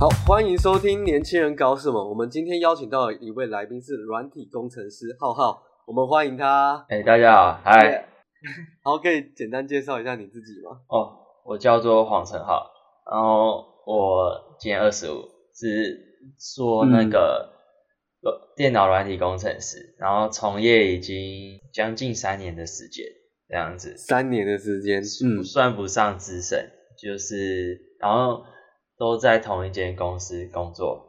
好，欢迎收听《年轻人搞什么》。我们今天邀请到一位来宾是软体工程师浩浩，我们欢迎他。哎、大家好，嗨，好，可以简单介绍一下你自己吗？哦，我叫做黄晨浩，然后我今年二十五，是做那个软电脑软体工程师，然后从业已经将近三年的时间，这样子，三年的时间，嗯不，算不上资深，就是然后都在同一间公司工作，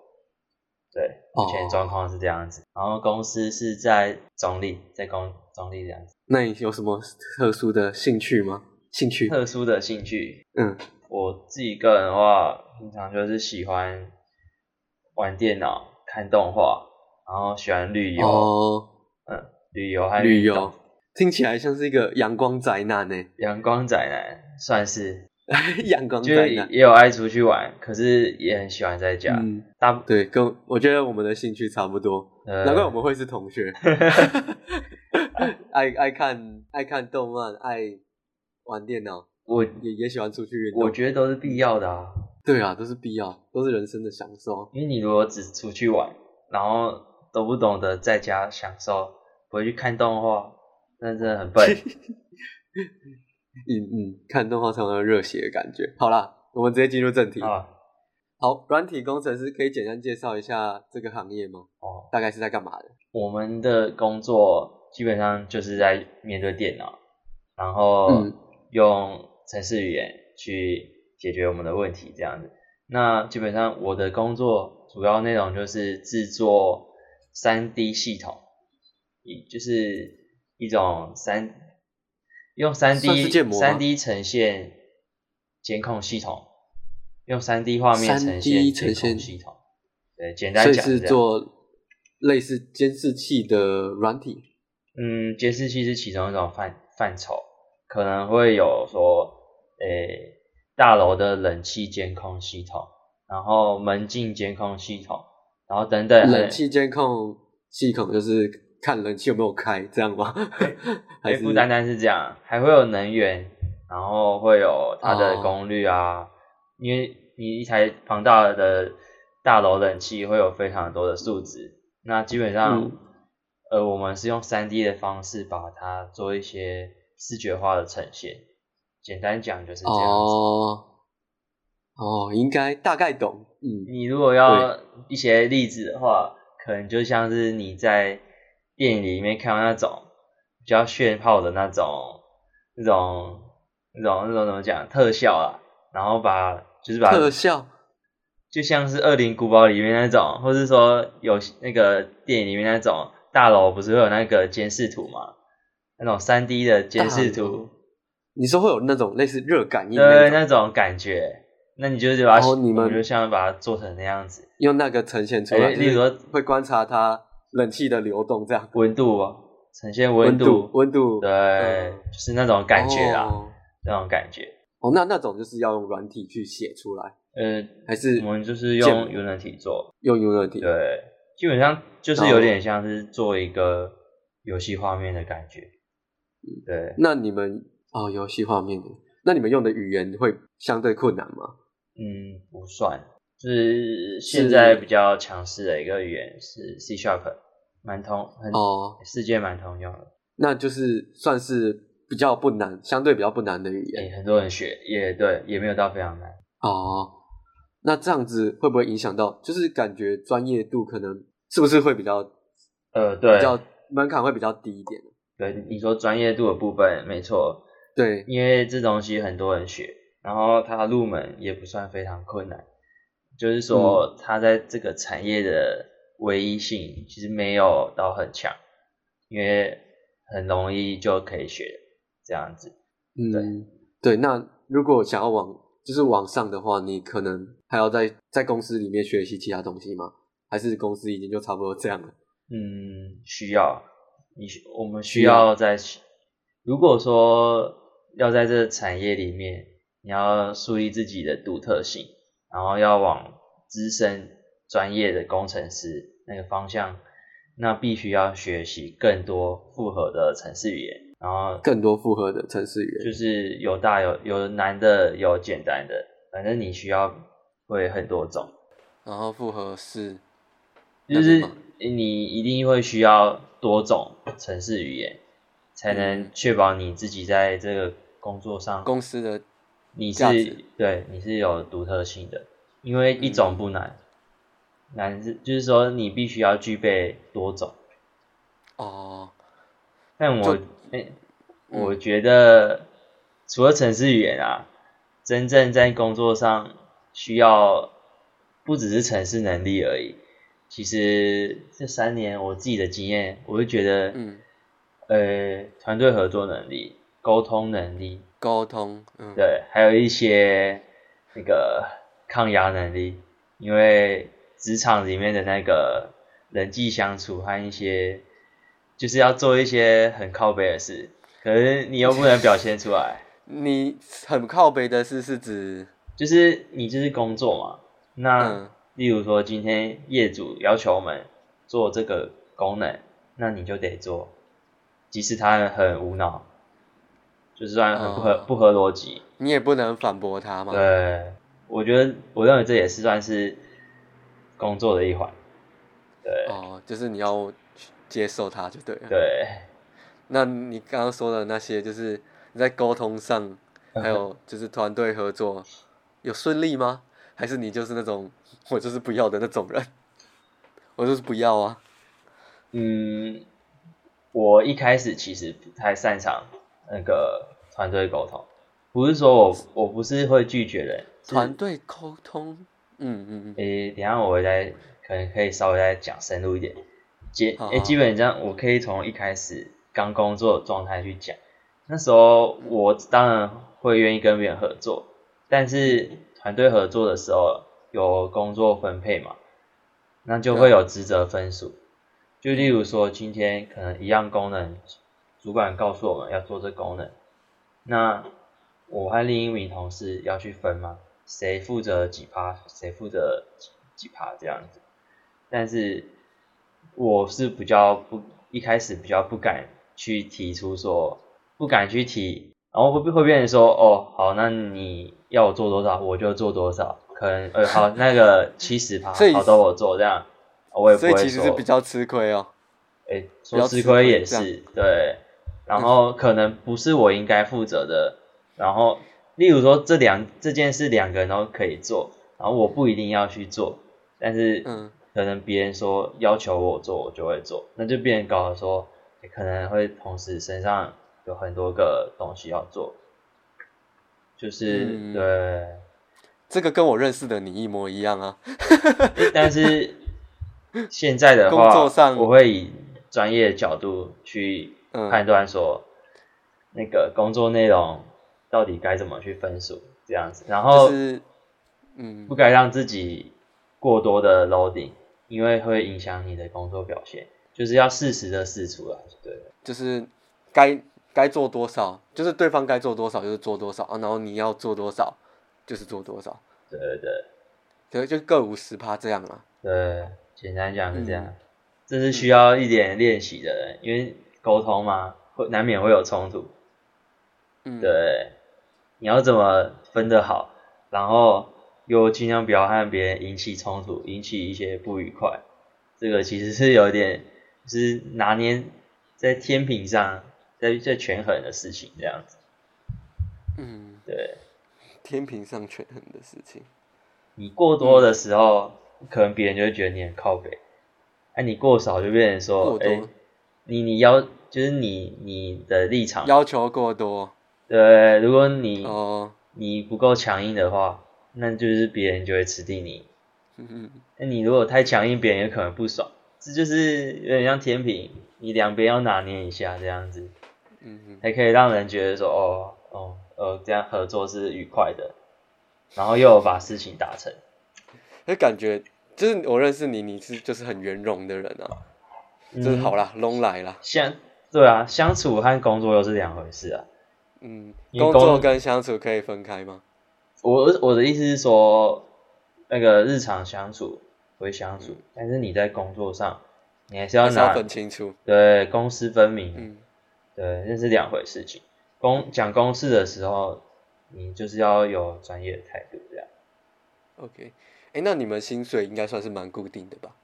对，哦目前状况是这样子，然后公司是在中立，在公中立这样子，那你有什么特殊的兴趣吗？兴趣，特殊的兴趣嗯，我自己个人的话，平常就是喜欢玩电脑、看动画，然后喜欢旅游、哦，旅游和旅运动游，听起来像是一个阳光宅男呢，阳光宅男算是， 阳光就宅是男。也有爱出去玩，可是也很喜欢在家。嗯，大部对，跟我觉得我们的兴趣差不多，呃，难怪我们会是同 学。爱爱看爱看动漫，爱玩电脑，我也也喜欢出去运动。我觉得都是必要的啊，对啊，都是必要，都是人生的享受。因为你如果只出去玩，然后都不懂得在家享受，不会去看动画，那真的很 笨。嗯嗯，看动画常常有热血的感觉。好啦，我们直接进入正题。啊好，软体工程师可以简单介绍一下这个行业吗？哦，大概是在干嘛的？我们的工作基本上就是在面对电脑，然后嗯用程式语言去解决我们的问题，这样子。那基本上我的工作主要内容就是制作三 D 系统，一就是一种三用三算 D 是建模吗三 D 呈现监控系统，用三 D 画面呈 3D 现呈监控现系统。对，简单所讲以这样是做类似监视器的软体。嗯，监视器是其中一种范范畴，可能会有说，诶，大楼的冷气监控系统，然后门禁监控系统，然后等等，冷气监控系统就是看冷气有没有开，这样吗？ 还还是哎不单单是这样，还会有能源，然后会有它的哦功率啊，因为你一台庞大的大楼冷气会有非常多的数值，那基本上，嗯呃，我们是用三 D 的方式把它做一些视觉化的呈现，简单讲就是这样子。哦哦，应该大概懂。嗯，你如果要一些例子的话，可能就像是你在电影里面看到那种比较炫炮的那种、那种、那种、那种怎么讲特效啊，然后把就是把特效就像是《恶灵古堡》里面那种，或是说有那个电影里面那种大楼不是会有那个监视图嘛？那种三 D 的监视大图楼，你说会有那种类似热感应那对种，那种感觉，那你就是把然它，后你们我就想把它做成那样子，用那个呈现出来，哎就是例如说会观察它冷气的流动，这样温度哦，呈现度温度对，嗯就是那种感觉啊啦，哦那种感觉。哦，那那种就是要用软体去写出来，呃，还是我们就是建用模 Unity 做，用 Unity？对，基本上就是嗯有点像是做一个游戏画面的感觉。嗯对，那你们哦，游戏画面，那你们用的语言会相对困难吗？嗯，不算，就是现在比较强势的一个语言是 C Sharp，蛮通，很、哦，世界蛮通用的，那就是算是比较不难，相对比较不难的语言。也很多人学，也对，也没有到非常难。哦，那这样子会不会影响到？就是感觉专业度可能是不是会比较呃，比对，较门槛会比较低一点？对，你说专业度的部分没错，对，因为这东西很多人学，然后它入门也不算非常困难，就是说它在这个产业的唯一性其实没有到很强，因为很容易就可以学这样子。嗯，对。那如果想要往就是往上的话，你可能还要在在公司里面学习其他东西吗？还是公司已经就差不多这样了？嗯，需要你需我们需需要要在如果说要在这个产业里面，你要树立自己的独特性，然后要往资深专业的工程师那个方向，那必须要学习更多复合的程式语言，然后更多复合的程式语言，就是有大有有难的有简单的，反正你需要会很多种。然后复合式，就那是是吗你一定会需要多种程式语言，嗯才能确保你自己在这个工作上，公司的你价是值嗯对你是有独特性的，因为一种不难，难是就是说你必须要具备多种。哦，但我就哎、嗯我觉得除了程式语言啊，真正在工作上需要不只是程式能力而已。其实这三年我自己的经验，我就觉得，嗯，呃，团队合作能力、沟通能力，沟通，嗯，对，还有一些那个抗压能力，因为职场里面的那个人际相处和一些，就是要做一些很靠背的事，可是你又不能表现出来， 你很靠北的事是指，就是你就是工作嘛。那、嗯例如说今天业主要求我们做这个功能，那你就得做，即使他很无脑，就算很不合、哦不合逻辑，你也不能反驳他嘛，对，我觉得我认为这也是算是工作的一环。对哦，就是你要接受他就对了。对，那你刚刚说的那些，就是你在沟通上，嗯还有就是团队合作，有顺利吗？还是你就是那种我就是不要的那种人，我就是不要啊？嗯，我一开始其实不太擅长那个团队沟通，不是说我我不是会拒绝人，是团队沟通，嗯嗯嗯，诶，等一下我会再可能可以稍微再讲深入一点。基好诶，好基本上我可以从一开始刚工作的状态去讲。那时候我当然会愿意跟别人合作，但是团队合作的时候有工作分配嘛，那就会啊有职责分属。就例如说，今天可能一样功能，主管告诉我们要做这功能，那我和另一名同事要去分吗？谁负责几趴，谁负责几几趴这样子。但是我是比较不一开始比较不敢去提出说，不敢去提，然后会会变成说，哦，好，那你要我做多少，我就做多少，可能呃好那个七十趴，所以好都我做这样，我也不所以会其实是说比，较吃亏哦。哎，比说较吃吃亏亏也这样是对，然后可能不是我应该负责的，然后例如说这两这件事两个人都可以做，然后我不一定要去做，但是嗯可能别人说要求我做，我就会做，那就变成搞得说诶可能会同时身上有很多个东西要做，就是、嗯对，这个跟我认识的你一模一样啊。诶但是现在的话，工作上我会以专业的角度去嗯判断说、那个工作内容到底该怎么去分数这样子，然后就是，嗯不，该让自己过多的 loading，因为会影响你的工作表现，就是要适时的试出来，对了。就是该该做多少，就是对方该做多少就是做多少啊，然后你要做多少就是做多少，对对对就就各五十趴这样啊。对，简单讲是这样，嗯这是需要一点练习的，因为沟通嘛，会难免会有冲突。嗯，对，你要怎么分得好，然后又尽量不要和别人引起冲突，引起一些不愉快，这个其实是有点就是拿捏在天平上，在在权衡的事情这样子。嗯，对天平上权衡的事情。你过多的时候，可能别人就会觉得你很靠北，哎、你过少就变成说，过多哎、你你要就是你你的立场，要求过多对，如果你、哦，你不够强硬的话，那就是别人就会吃定你。嗯，那你如果太强硬，别人有可能不爽。这就是有点像天平，你两边要拿捏一下，这样子嗯才可以让人觉得说，哦哦呃，这样合作是愉快的，然后又有把事情达成。就感觉就是我认识你，你是就是很圆融的人啊，就是嗯好啦，拢来啦，相对啊，相处和工作又是两回事啊。嗯，你工工作跟相处可以分开吗？我我的意思是说，那个日常相处归相处，但是你在工作上，你还是要嗯还是要拿分清楚，对公私分明，嗯对，那是两回事情。公讲公事的时候，你就是要有专业的态度，这样。 ，OK，哎，那你们薪水应该算是蛮固定的吧？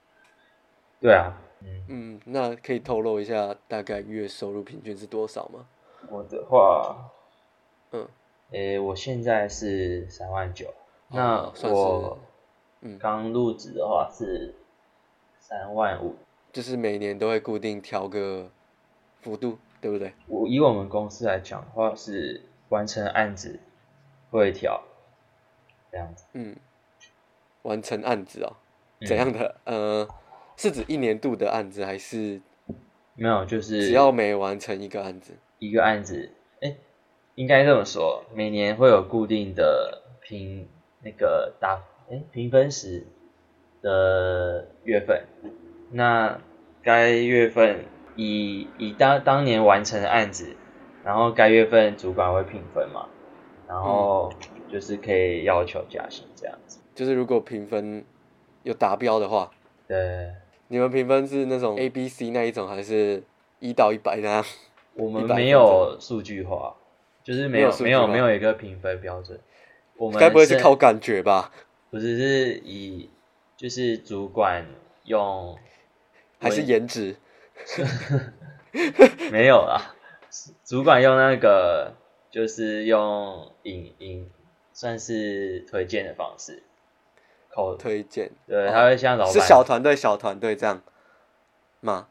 对啊，嗯，嗯，那可以透露一下大概月收入平均是多少吗？我的话，嗯，诶，我现在是三万九，那哦算是我嗯刚入职的话是三万五。就是每年都会固定调个幅度，对不对？我以我们公司来讲的话，是完成案子会调这样子。嗯，完成案子哦，嗯怎样的？呃，是指一年度的案子，还是没有，就是只要每完成一个案子？一个案子，哎、应该这么说，每年会有固定的评那个打哎评分时的月份，那该月份以以当当年完成的案子，然后该月份主管会评分嘛，然后嗯就是可以要求加薪这样子，就是如果评分有达标的话，对。你们评分是那种 A、B、C 那一种，还是一到一百那啊样？我们100没有数据化，就是没有没没有有数据化没有一个评分标准。我们该不会是是靠感觉吧？不是是以就是主管用还是颜值？没有啦，主管用那个就是用引引算是推荐的方式口推荐？对，哦他会像老板是小团队小团队这样吗？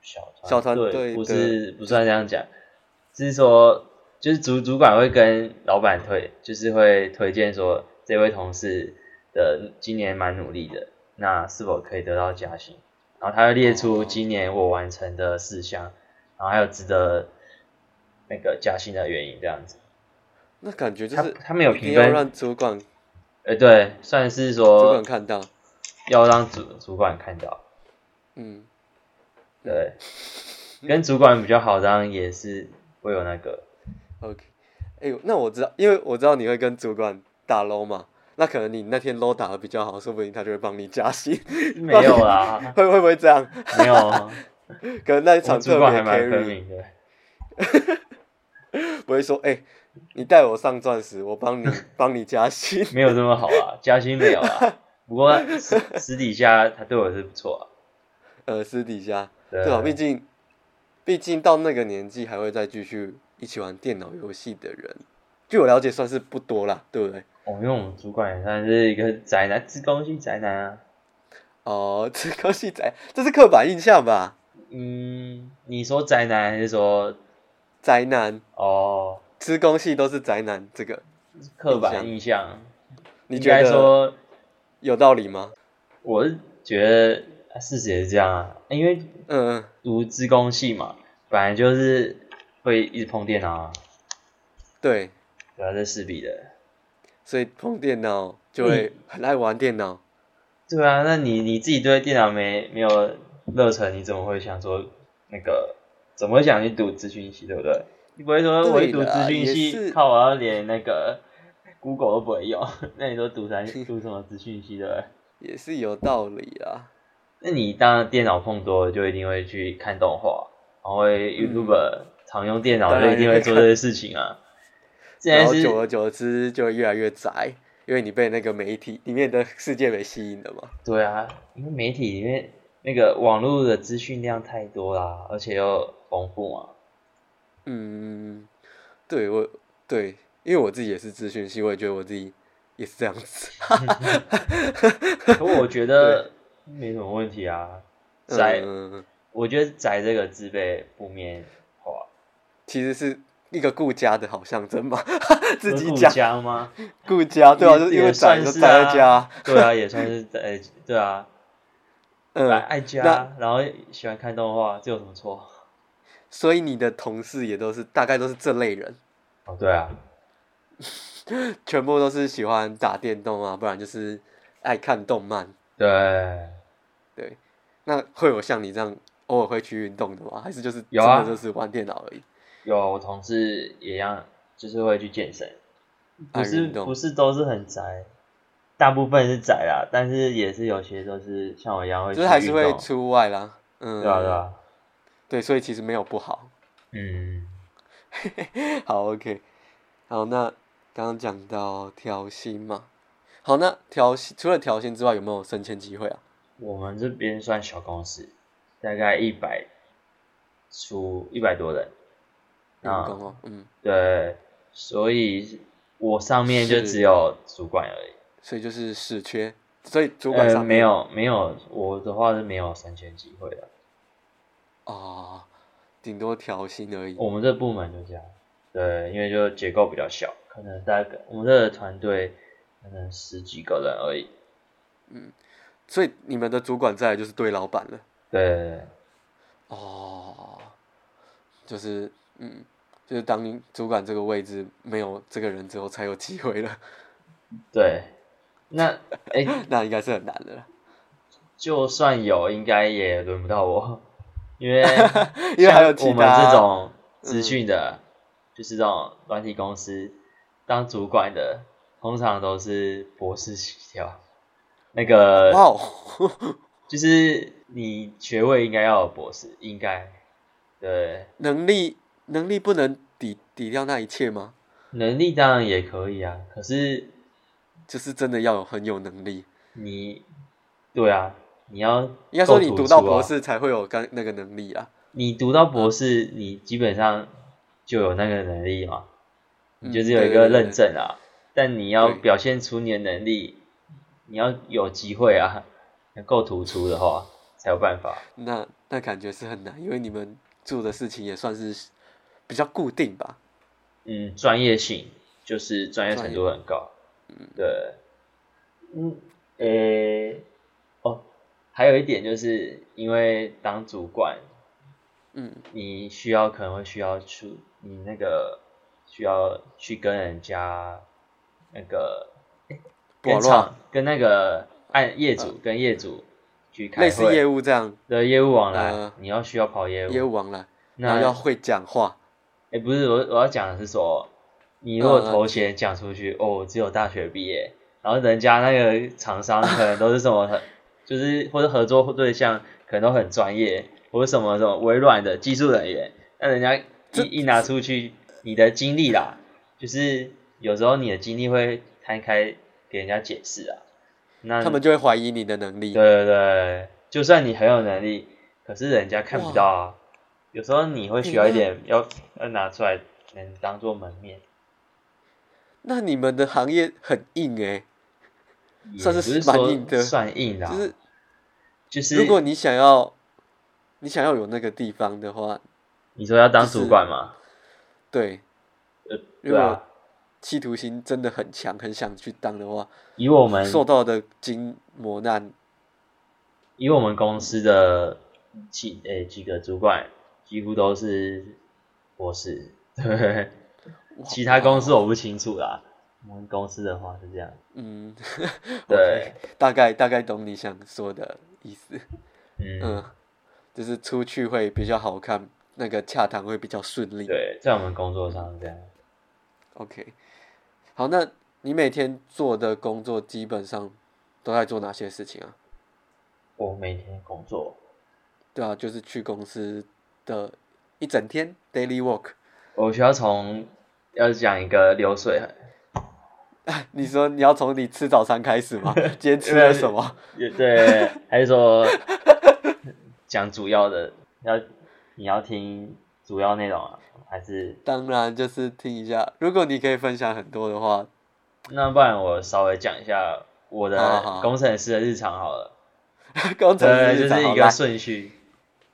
小小团团队不的是不算这样讲，是说就是主主管会跟老板推，就是会推荐说这位同事的今年蛮努力的，那是否可以得到加薪？然后他会列出哦今年我完成的事项，然后还有值得那个加薪的原因这样子。那感觉就他是他没有一定评要分让主管主呃，对，算是管说看到，要让主主管看到，嗯，对，跟主管比较好，当然也是会有那个， OK，哎呦，那我知道，因为我知道你会跟主管打 low 嘛，那可能你那天 low 打的比较好，说不定他就会帮你加薪， 没有啦，会会不会这样？没有，我可能那一场特主别管还蛮分 carry，明的。不会说，哎、你带我上钻石，我帮你 帮你加薪。 没有这么好啊，加薪没有啊。不过私私底下他对我是不错啊，呃，私底下，对对吧、毕竟，毕竟到那个年纪还会再继续一起玩电脑游戏的人，据我了解算是不多啦，对不对？哦，因为我们主管也算是一个宅男，自攻系宅男啊。哦， 这个戏宅，这是刻板印象吧？嗯，你说宅男还是说宅男，哦吃工系都是宅男，这个刻板印象？你应觉该得说，有道理吗？我是觉得啊事实也是这样啊，因为嗯，读自工系嘛，本来就是会一直碰电脑啊，对，对啊，这是势必的。所以碰电脑就会很爱玩电嗯脑。对啊，那你你自己对电脑没没有热忱，你怎么会想说那个？怎么会想去读资讯系，对不对？你不会说我一读对啦资讯也是系，靠，我要连那个 Google 都不会用， 那你都 读啥？读什么资讯系，对不对？也是有道理啊。那你当然电脑碰多了，就一定会去看动画，然后会 YouTube、常用电脑，嗯当就然一定会做这些事情啊。 现在然后是久而久之就会越来越宅，因为你被那个媒体里面的世界给吸引了嘛。对啊，因为媒体里面那个网络的资讯量太多啦，而且又丰富嘛。嗯，对我对，因为我自己也是资讯系，我也觉得我自己也是这样子。可我觉得没什么问题啊，宅，嗯，我觉得宅这个字被负面化，其实是一个顾家的好象征吧， 自己不是讲故乡吗？顾家， 对啊，就是也因为也算宅就是宅在啊家，对啊，也算是宅，对啊，爱嗯，爱家，然后喜欢看动画，这有什么错？所以你的同事也都是大概都是这类人，哦，对啊，全部都是喜欢打电动啊，不然就是爱看动漫。对，对，那会有像你这样偶尔会去运动的吗？还是就是有啊真的就是玩电脑而已？有我同事也一样，就是会去健身，不爱是运动不是都是很宅，大部分是宅啦，但是也是有些都是像我一样会去就是还是运会动出外啦。嗯，对啊对啊，对所以其实没有不好。 嗯。好，OK，好，那刚刚讲到调薪嘛，好，那调薪除了调薪之外，有没有升迁机会啊？我们这边算小公司，大概一百出一百多人，员啊工哦，嗯，对，所以我上面就是只有主管而已。所以就是死缺，所以主管上、呃、没有没有，我的话是没有升迁机会的。啊，顶多调薪而已。我们这部门就这样，对，因为就结构比较小，可能大概我们这个团队可能十几个人而已。所以你们的主管再来就是对老板了。对，哦，就是嗯，就是当主管这个位置没有这个人之后，才有机会了。 对，那哎，那应该是很难的了，就算有，应该也轮不到我，因为因为还有像我其们他嗯这种资讯的，就是这种软体公司当主管的，通常都是博士起跳。那个哇哦， 就是你学位应该要有博士，应该对能力能力不能抵抵掉那一切吗？能力当然也可以啊，可是就是真的要有很有能力，你对啊，你要应该说你够读突到出啊博，士才会有刚那个能力啊。你读到博士，你基本上就有那个能力嘛，嗯你就是有一对对个对认证啊，但你要对表现出你的能力，你要有机会啊，能够突出的话才有办法。那那感觉是很难，因为你们做的事情也算是比较固定吧。嗯，专业性就是专业程度很高。嗯，对，嗯，诶、哦，还有一点就是因为当主管，嗯，你需要可能会需要去你那个需要去跟人家那个诶网跟络厂跟那个按业主跟业主去嗯开类似业会务这样，的业务往来呃，你要需要跑业业务，务往来，然那后要会讲话。哎、不是，我我要讲的是说，你如果嗯嗯头衔讲出去，哦，我只有大学毕业，然后人家那个厂商可能都是什么很， 就是或者合作对象可能都很专业，或者什么什么微软的技术人员，那人家这一一拿出去，你的经历啦，就是有时候你的经历会摊开给人家解释啊，那他们就会怀疑你的能力对。对对，就算你很有能力，可是人家看不到啊。有时候你会需要一点要要拿出来，能当做门面，那你们的行业很硬诶、也算不是是蛮说硬的算硬的啊、就是就是如果你想要，你想要有那个地方的话，你说要当就是主管嘛，对，呃，如对啊果，企图心真的很强，很想去当的话，以我们受到的经磨难，以我们公司的几诶、几个主管几乎都是博士，对，哇其他公司我不清楚啦。我们公司的话是这样， 嗯，对 OK，大概大概懂你想说的意思，嗯，嗯，就是出去会比较好看，那个洽谈会比较顺利。对，在我们工作上是这样。 OK，好，那你每天做的工作基本上都在做哪些事情啊？我每天工作，对啊，就是去公司的一整天 daily work。 我需要从要讲一个流水， 你说你要从你吃早餐开始吗？今天吃了什么？也 对，还是 说讲主要的？要你要听主要内容啊？还是当然就是听一下，如果你可以分享很多的话， 那不然我稍微讲一下我好的好工程师的日常好了。工程对，师就日常是好一个来顺序。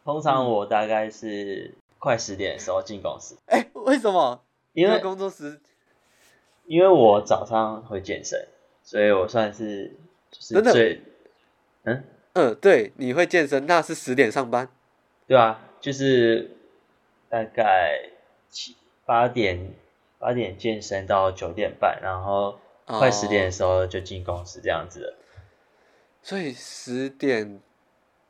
通常我大概是快十点的时候进公司，哎、为什么？因为工作时因为我早上会健身，所以我算是就是等等最嗯。嗯，对，你会健身，那是十点上班，对啊，就是大概七八点八点健身到九点半，然后快十点的时候就进公司这样子的。所以十点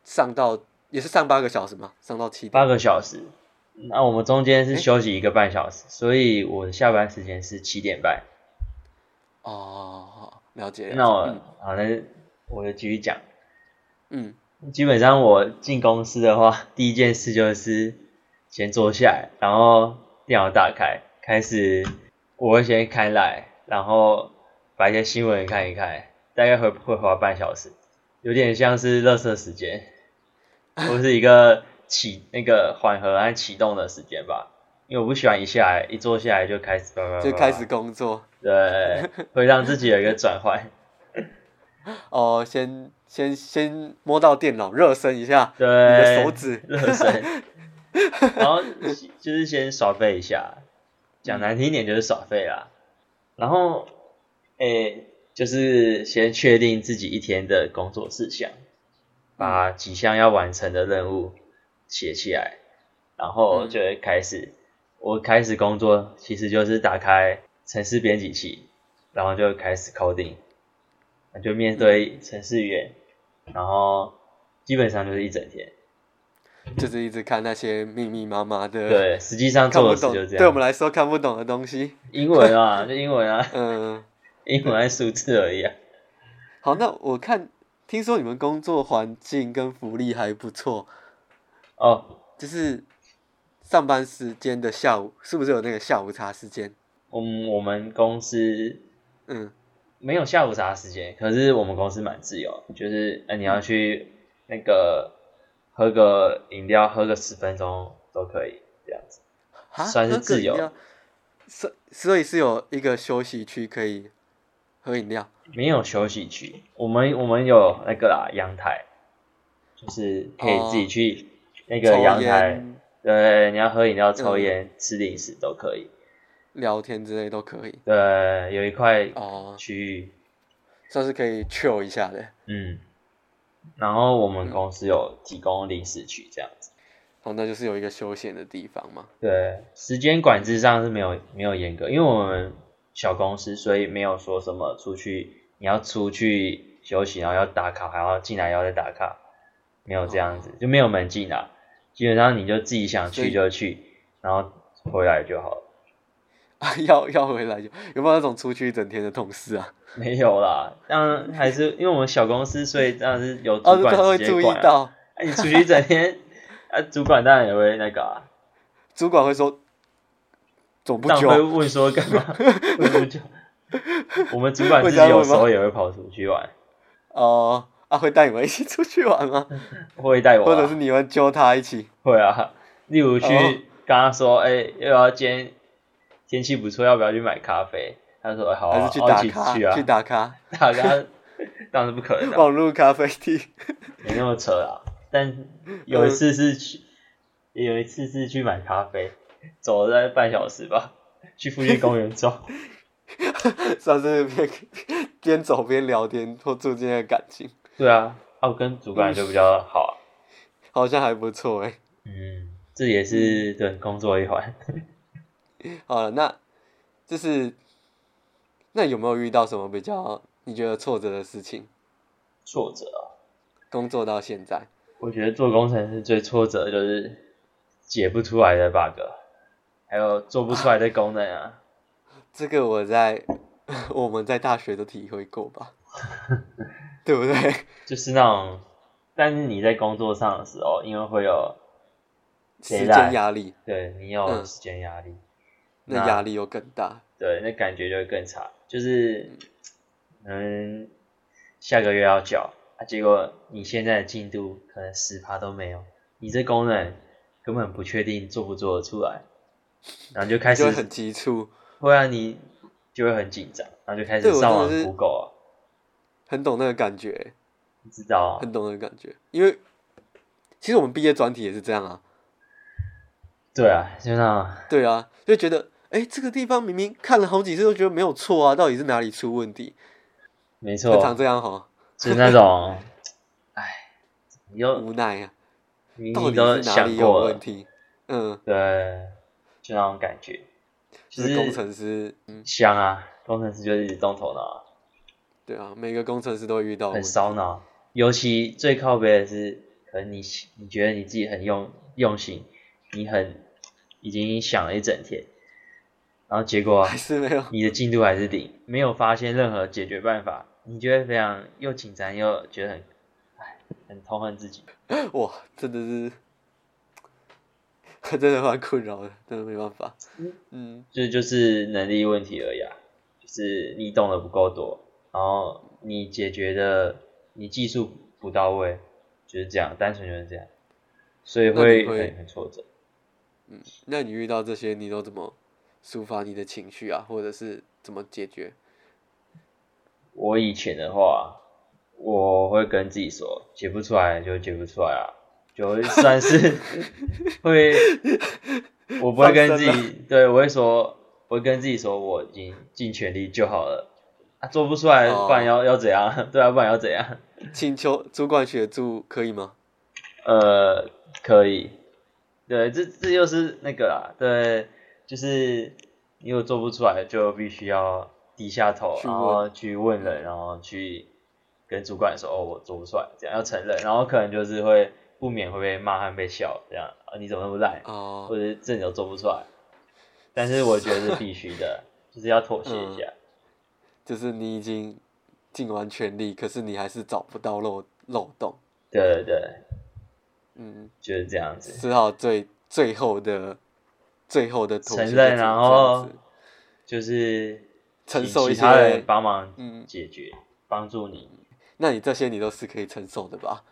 上到也是上八个小时嘛，上到七点。八个小时，那我们中间是休息一个半小时，所以我的下班时间是七点半。哦，了解。了那我、解好，那我就继续讲。嗯基本上我进公司的话， 第一件事就是先坐下来，然后电脑打开，开始我会先开来，然后把一些新闻看一看，大概会会花半小时，有点像是热色时 间，或是一个启那个缓和和启动的时间吧。因为我不喜欢一下来一坐下来就开始叭叭叭叭就开始工作对，会让自己有一个转换。哦，先先先摸到电脑热身一下对， 你的手指， 热身，然后就是先耍废一下，讲难听一点就是耍废啦。然后，诶、就是先确定自己一天的工作事项，把几项要完成的任务写起来，然后就会开始。我开始工作其实就是打开程式编辑器，然后就开始 coding，那就面对程式员，然后基本上就是一整天。就是一直看那些密密麻麻的，，对，实际上看做不的事懂，就这对我样。们来说看不懂的东西。英文啊， 就英文啊，嗯，英文和数字而已啊。好，那我看听说你们工作环境跟福利还不错，哦，就是上班时间的下午是不是有那个下午茶时间？我们我们公司嗯，没有下午茶时间，可是我们公司蛮自由，就是呃你要去那个喝个饮料，喝个十分钟都可以这样子。哈算是喝个自饮由料所所以是有一个休息区可以喝饮料。没有休息区，我们我们有那个啦阳台，就是可以自己去那个哦抽阳台，烟、对，你要喝饮料、抽嗯烟、吃零食都可以。聊天之类都可以对，有一块哦，区域，算是可以 chill 一下的。嗯，然后我们公司有提供临时区这样子。好，哦那就是有一个休闲的地方嘛。对，时间管制上是没有没有严格，因为我们小公司，所以没有说什么出去你要出去休息，然后要打卡，还要进来要再打卡，没有这样子，就没有门禁啊。基本上你就自己想所以去就去，然后回来就好了。 啊，要要回来就有没有那种出去一整天的同事啊？没有啦，当然还是因为我们小公司，所以当然是有哦，主管他会直接注意管啊、到，哎，你出去一整天，啊，主管当然也会那个、啊，主管会说，总不当然会久，问说干 嘛？为什么就我们主管自会这己样有问时吗候也会跑出去玩，哦、啊，会带你们一起出去玩吗？会带我、或者是啊，你们揪他一起？会啊。例如去哦跟他说，哎、又要今天天气不错，要不要去买咖啡？他说，哎、好还啊，是去哦打一起卡？去啊， 去打卡？打卡，当然是不 可能的、啊网络咖啡厅？没那么扯啊。但有一次是去，有一次是去买咖啡，走了大概半小时吧，去附近公园 走。算是边边走边聊天，或促进的感情，对啊，啊，我跟主管就比较好啊。好像还不错哎、嗯，这也是对工作一环。好了，那就是那有没有遇到什么比较你觉得挫折的事情？挫折啊，工作到现在，我觉得做工程师最挫折的就是解不出来的 bug，还有做不出来的功能啊。这个我在 我们在大学都体会过 吧，对不对？就是那种，但是你在工作上的时候，因为会有时谁间来压力，对你有嗯时间压力，那压力又更大。对那感觉就会更差。就是嗯，下个月要缴啊，结果你现在的进度可能十趴都没有，你这功能根本不确定做不做得出来，然后就开始就会很急促，会让你就会很紧张，然后就开对始我上真网的是 Google 啊，很懂那个感觉，你知道啊很懂那个感觉。因为其实我们毕业专题也是这样啊，对啊，就那对啊，就觉得哎，诶这个地方明明看了好几次都觉得没有错啊，到底是哪里出问题？没很常错，这样哈，就是那 种，哎，你就无奈啊，明到明底都是哪想里有过问了，题？嗯，对，就那种感觉，就就是工是程师，嗯，香啊，工程师就是一直动头脑啊。对啊，每个工程师都会遇到问很题。烧脑。尤其最靠背的是，可能你你觉得你自己很用用心，你很已经想了一整天，然后结果啊还是没有，你的进度还是零，没有发现任何解决办法，你就会非常又紧张又觉得很，唉，很痛恨自己。哇，真的是，真的蛮困扰的，真的没办法。嗯，这就是能力问题而已啊，就就是你懂得不够多，然后你解决的你技术不到位，就是这样，单纯就是这样，所以那会你会很很挫折。那你遇到这些，你都怎么抒发你的情绪啊，或者是怎么解决？我以前的话，我会跟自己说，解不出来就解不出来啊，就会算是 会，我不会跟自放啊己，对我会说，我会跟自己说，我已经尽全力就好了，啊，做不出来，哦不然要、要怎样？ 对啊，不然要怎样？请求主管协助可以吗？呃，可以，对，这这又是那个啦，对，就是你有做不出来，就必须要低下头，去然问后去问人，然后去跟主管说，哦，我做不出来，这样要承认，然后可能就是会不免会被骂和被笑，这样，啊，你怎么那么烂，哦、或者是这你都做不出来，但是我觉得是必须的，就是要妥协一下，嗯就是你已经尽完全力，可是你还是找不到漏漏洞，对对对，嗯，就是这样子，只好最最后的最后的妥协承就只认，能然这样后子就是承请受一其他些人帮忙嗯解决，帮助你。那你这些你都是可以承受的吧？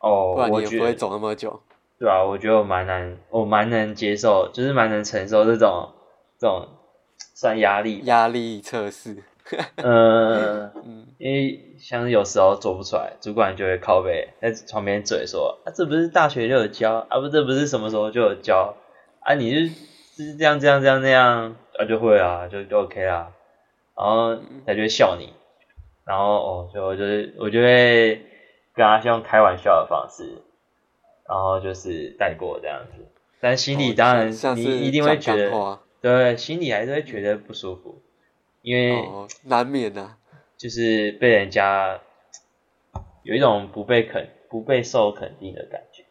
哦，不然我你也觉不会得走那么久。对啊，我觉得我蛮难，我蛮能接受，就是蛮能承受这种这种算压力吧。压力测试，呃，嗯，因为像是有时候做不出来，主管就会靠背在旁边嘴说啊，这不是大学就有教啊，不这不是什么时候就有教啊，你是就是这样这样这样那样啊就会啊，就就 OK 啦，然后他就会笑你，然后哦，所以我就是我就会跟他是用开玩笑的方式，然后就是带过这样子，但心里哦当然像你是一定会觉讲干得，话对，心里还是会觉得不舒服，因为。哦，难免呐、啊。就是被人家有一种不被肯、不被受肯定的感觉，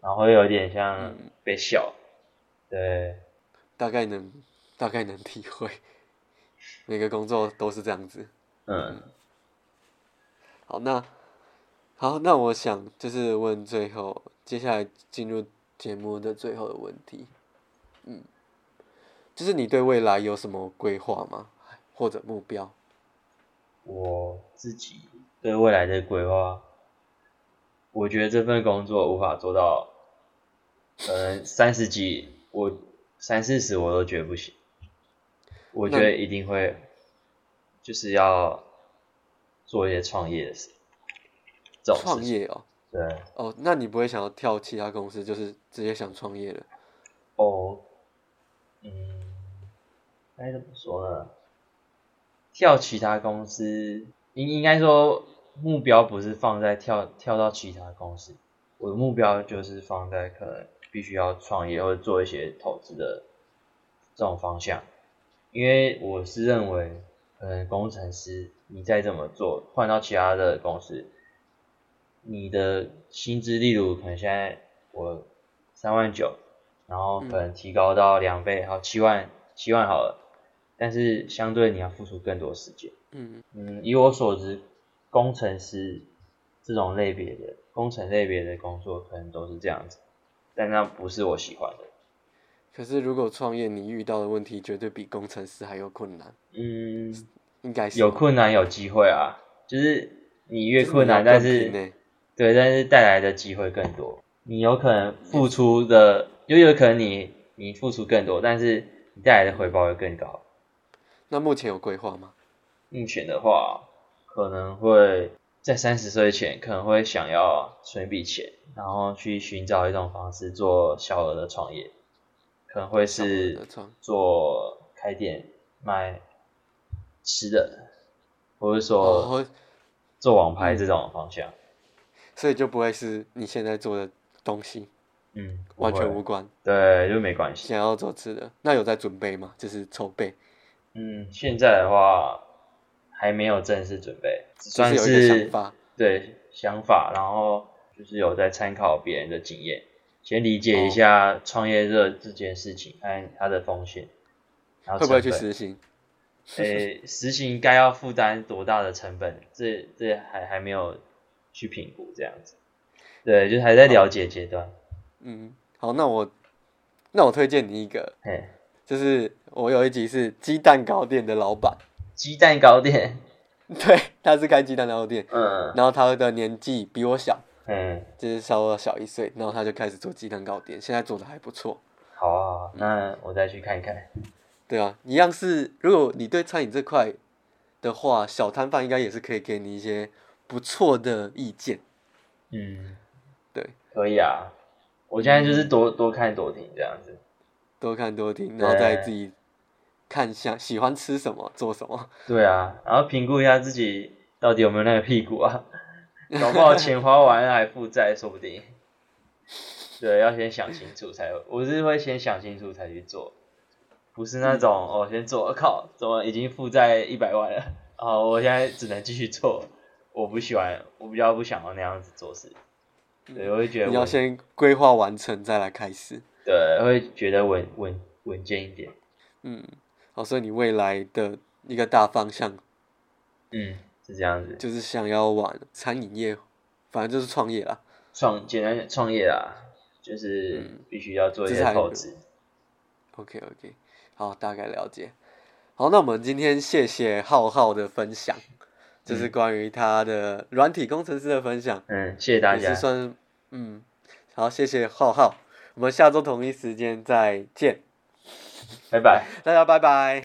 然后会有点像嗯被笑，对，大概能大概能体会，每个工作都是这样子。嗯，好，那好，那我想就是问最后，接下来进入节目的最后的问题，嗯，就是你对未来有什么规划吗？或者目标？我自己对未来的规划，我觉得这份工作无法做到，可能三十几，我三四十我都觉得不行，我觉得一定会，就是要做一些创业的事，这种创事情，业哦，对。哦，那你不会想要跳其他公司，就是直接想创业了？哦，嗯，该怎么说呢？跳其他公司，应应该说目标不是放在跳跳到其他公司，我的目标就是放在可能必须要创业或者做一些投资的这种方向，因为我是认为，可能工程师你再怎么做，换到其他的公司，你的薪资，例如可能现在我三万九，然后可能提高到两倍，好七万七万好了，但是相对你要付出更多时间。嗯嗯，以我所知，工程师这种类别的工程类别的工作可能都是这样子，但那不是我喜欢的。可是如果创业，你遇到的问题绝对比工程师还有困难，嗯，应该是有吧困难有机会啊，就是你越困难，就是但你要更是拼欸对，但是带来的机会更多。你有可能付出的，又有可能你你付出更多，但是你带来的回报会更高。那目前有规划吗？目前的话，可能会在三十岁前，可能会想要存一笔钱，然后去寻找一种方式做小额的创业，可能会小额是的创做开店卖吃的，或者哦，嗯说会做网拍这种方向。所以就不会是你现在做的东西，嗯，不完全会无关。对，就没关系。想要做吃的，那有在准备吗？就是筹备，嗯，现在的话还没有正式准备，只只算有一个想法。对想法，然后就是有在参考别人的经验，先理哦解一下创业这这件事情，看它的风险，然后会不会去成实本行？ 诶，实行该要负担多大的成本？这这还还没有去评估这样子，对，就是还在了解阶段。 嗯，好，那我那我推荐你一个，嘿，就是我有一集是鸡蛋糕店的老板， 鸡蛋糕店，对，他是开鸡蛋糕店，嗯然后他的年纪比我小，嗯，就是稍微小一岁，然后他就开始做鸡蛋糕店，现在做的还不错。好啊，好啊那我再去看看。对啊，一样是，如果你对餐饮这块的话，小摊贩应该也是可以给你一些不错的意见。嗯，对，嗯可以啊。我现在就是多多看多听这样子。多看多听，然后再对自己看想喜欢吃什么，做什么。对啊，然后评估一下自己到底有没有那个屁股啊， 搞不好钱花完还负债，说不定。对，要先想清楚才，我是会先想清楚才去做，不是那种我、哦、先做，我靠，怎么已经负债一百万了？ 哦，我现在只能继续做，我不喜欢，我比较不想要那样子做事，对，我会觉得你要稳，先规划完成再来开始。对，会觉得稳稳稳健一点，嗯，好，所以你未来的一个大方向嗯，是这样子，就是想要往餐饮业，反正就是创业啦。创简单点创业啦，就是必须要做一这些是还投资。 OK OK，好，大概了解。好，那我们今天谢谢浩浩的分享，就是关于他的软体工程师的分享，嗯，谢谢大也家是，算嗯，好，谢谢浩浩，我们下周同一时间再见，拜拜。大家拜拜。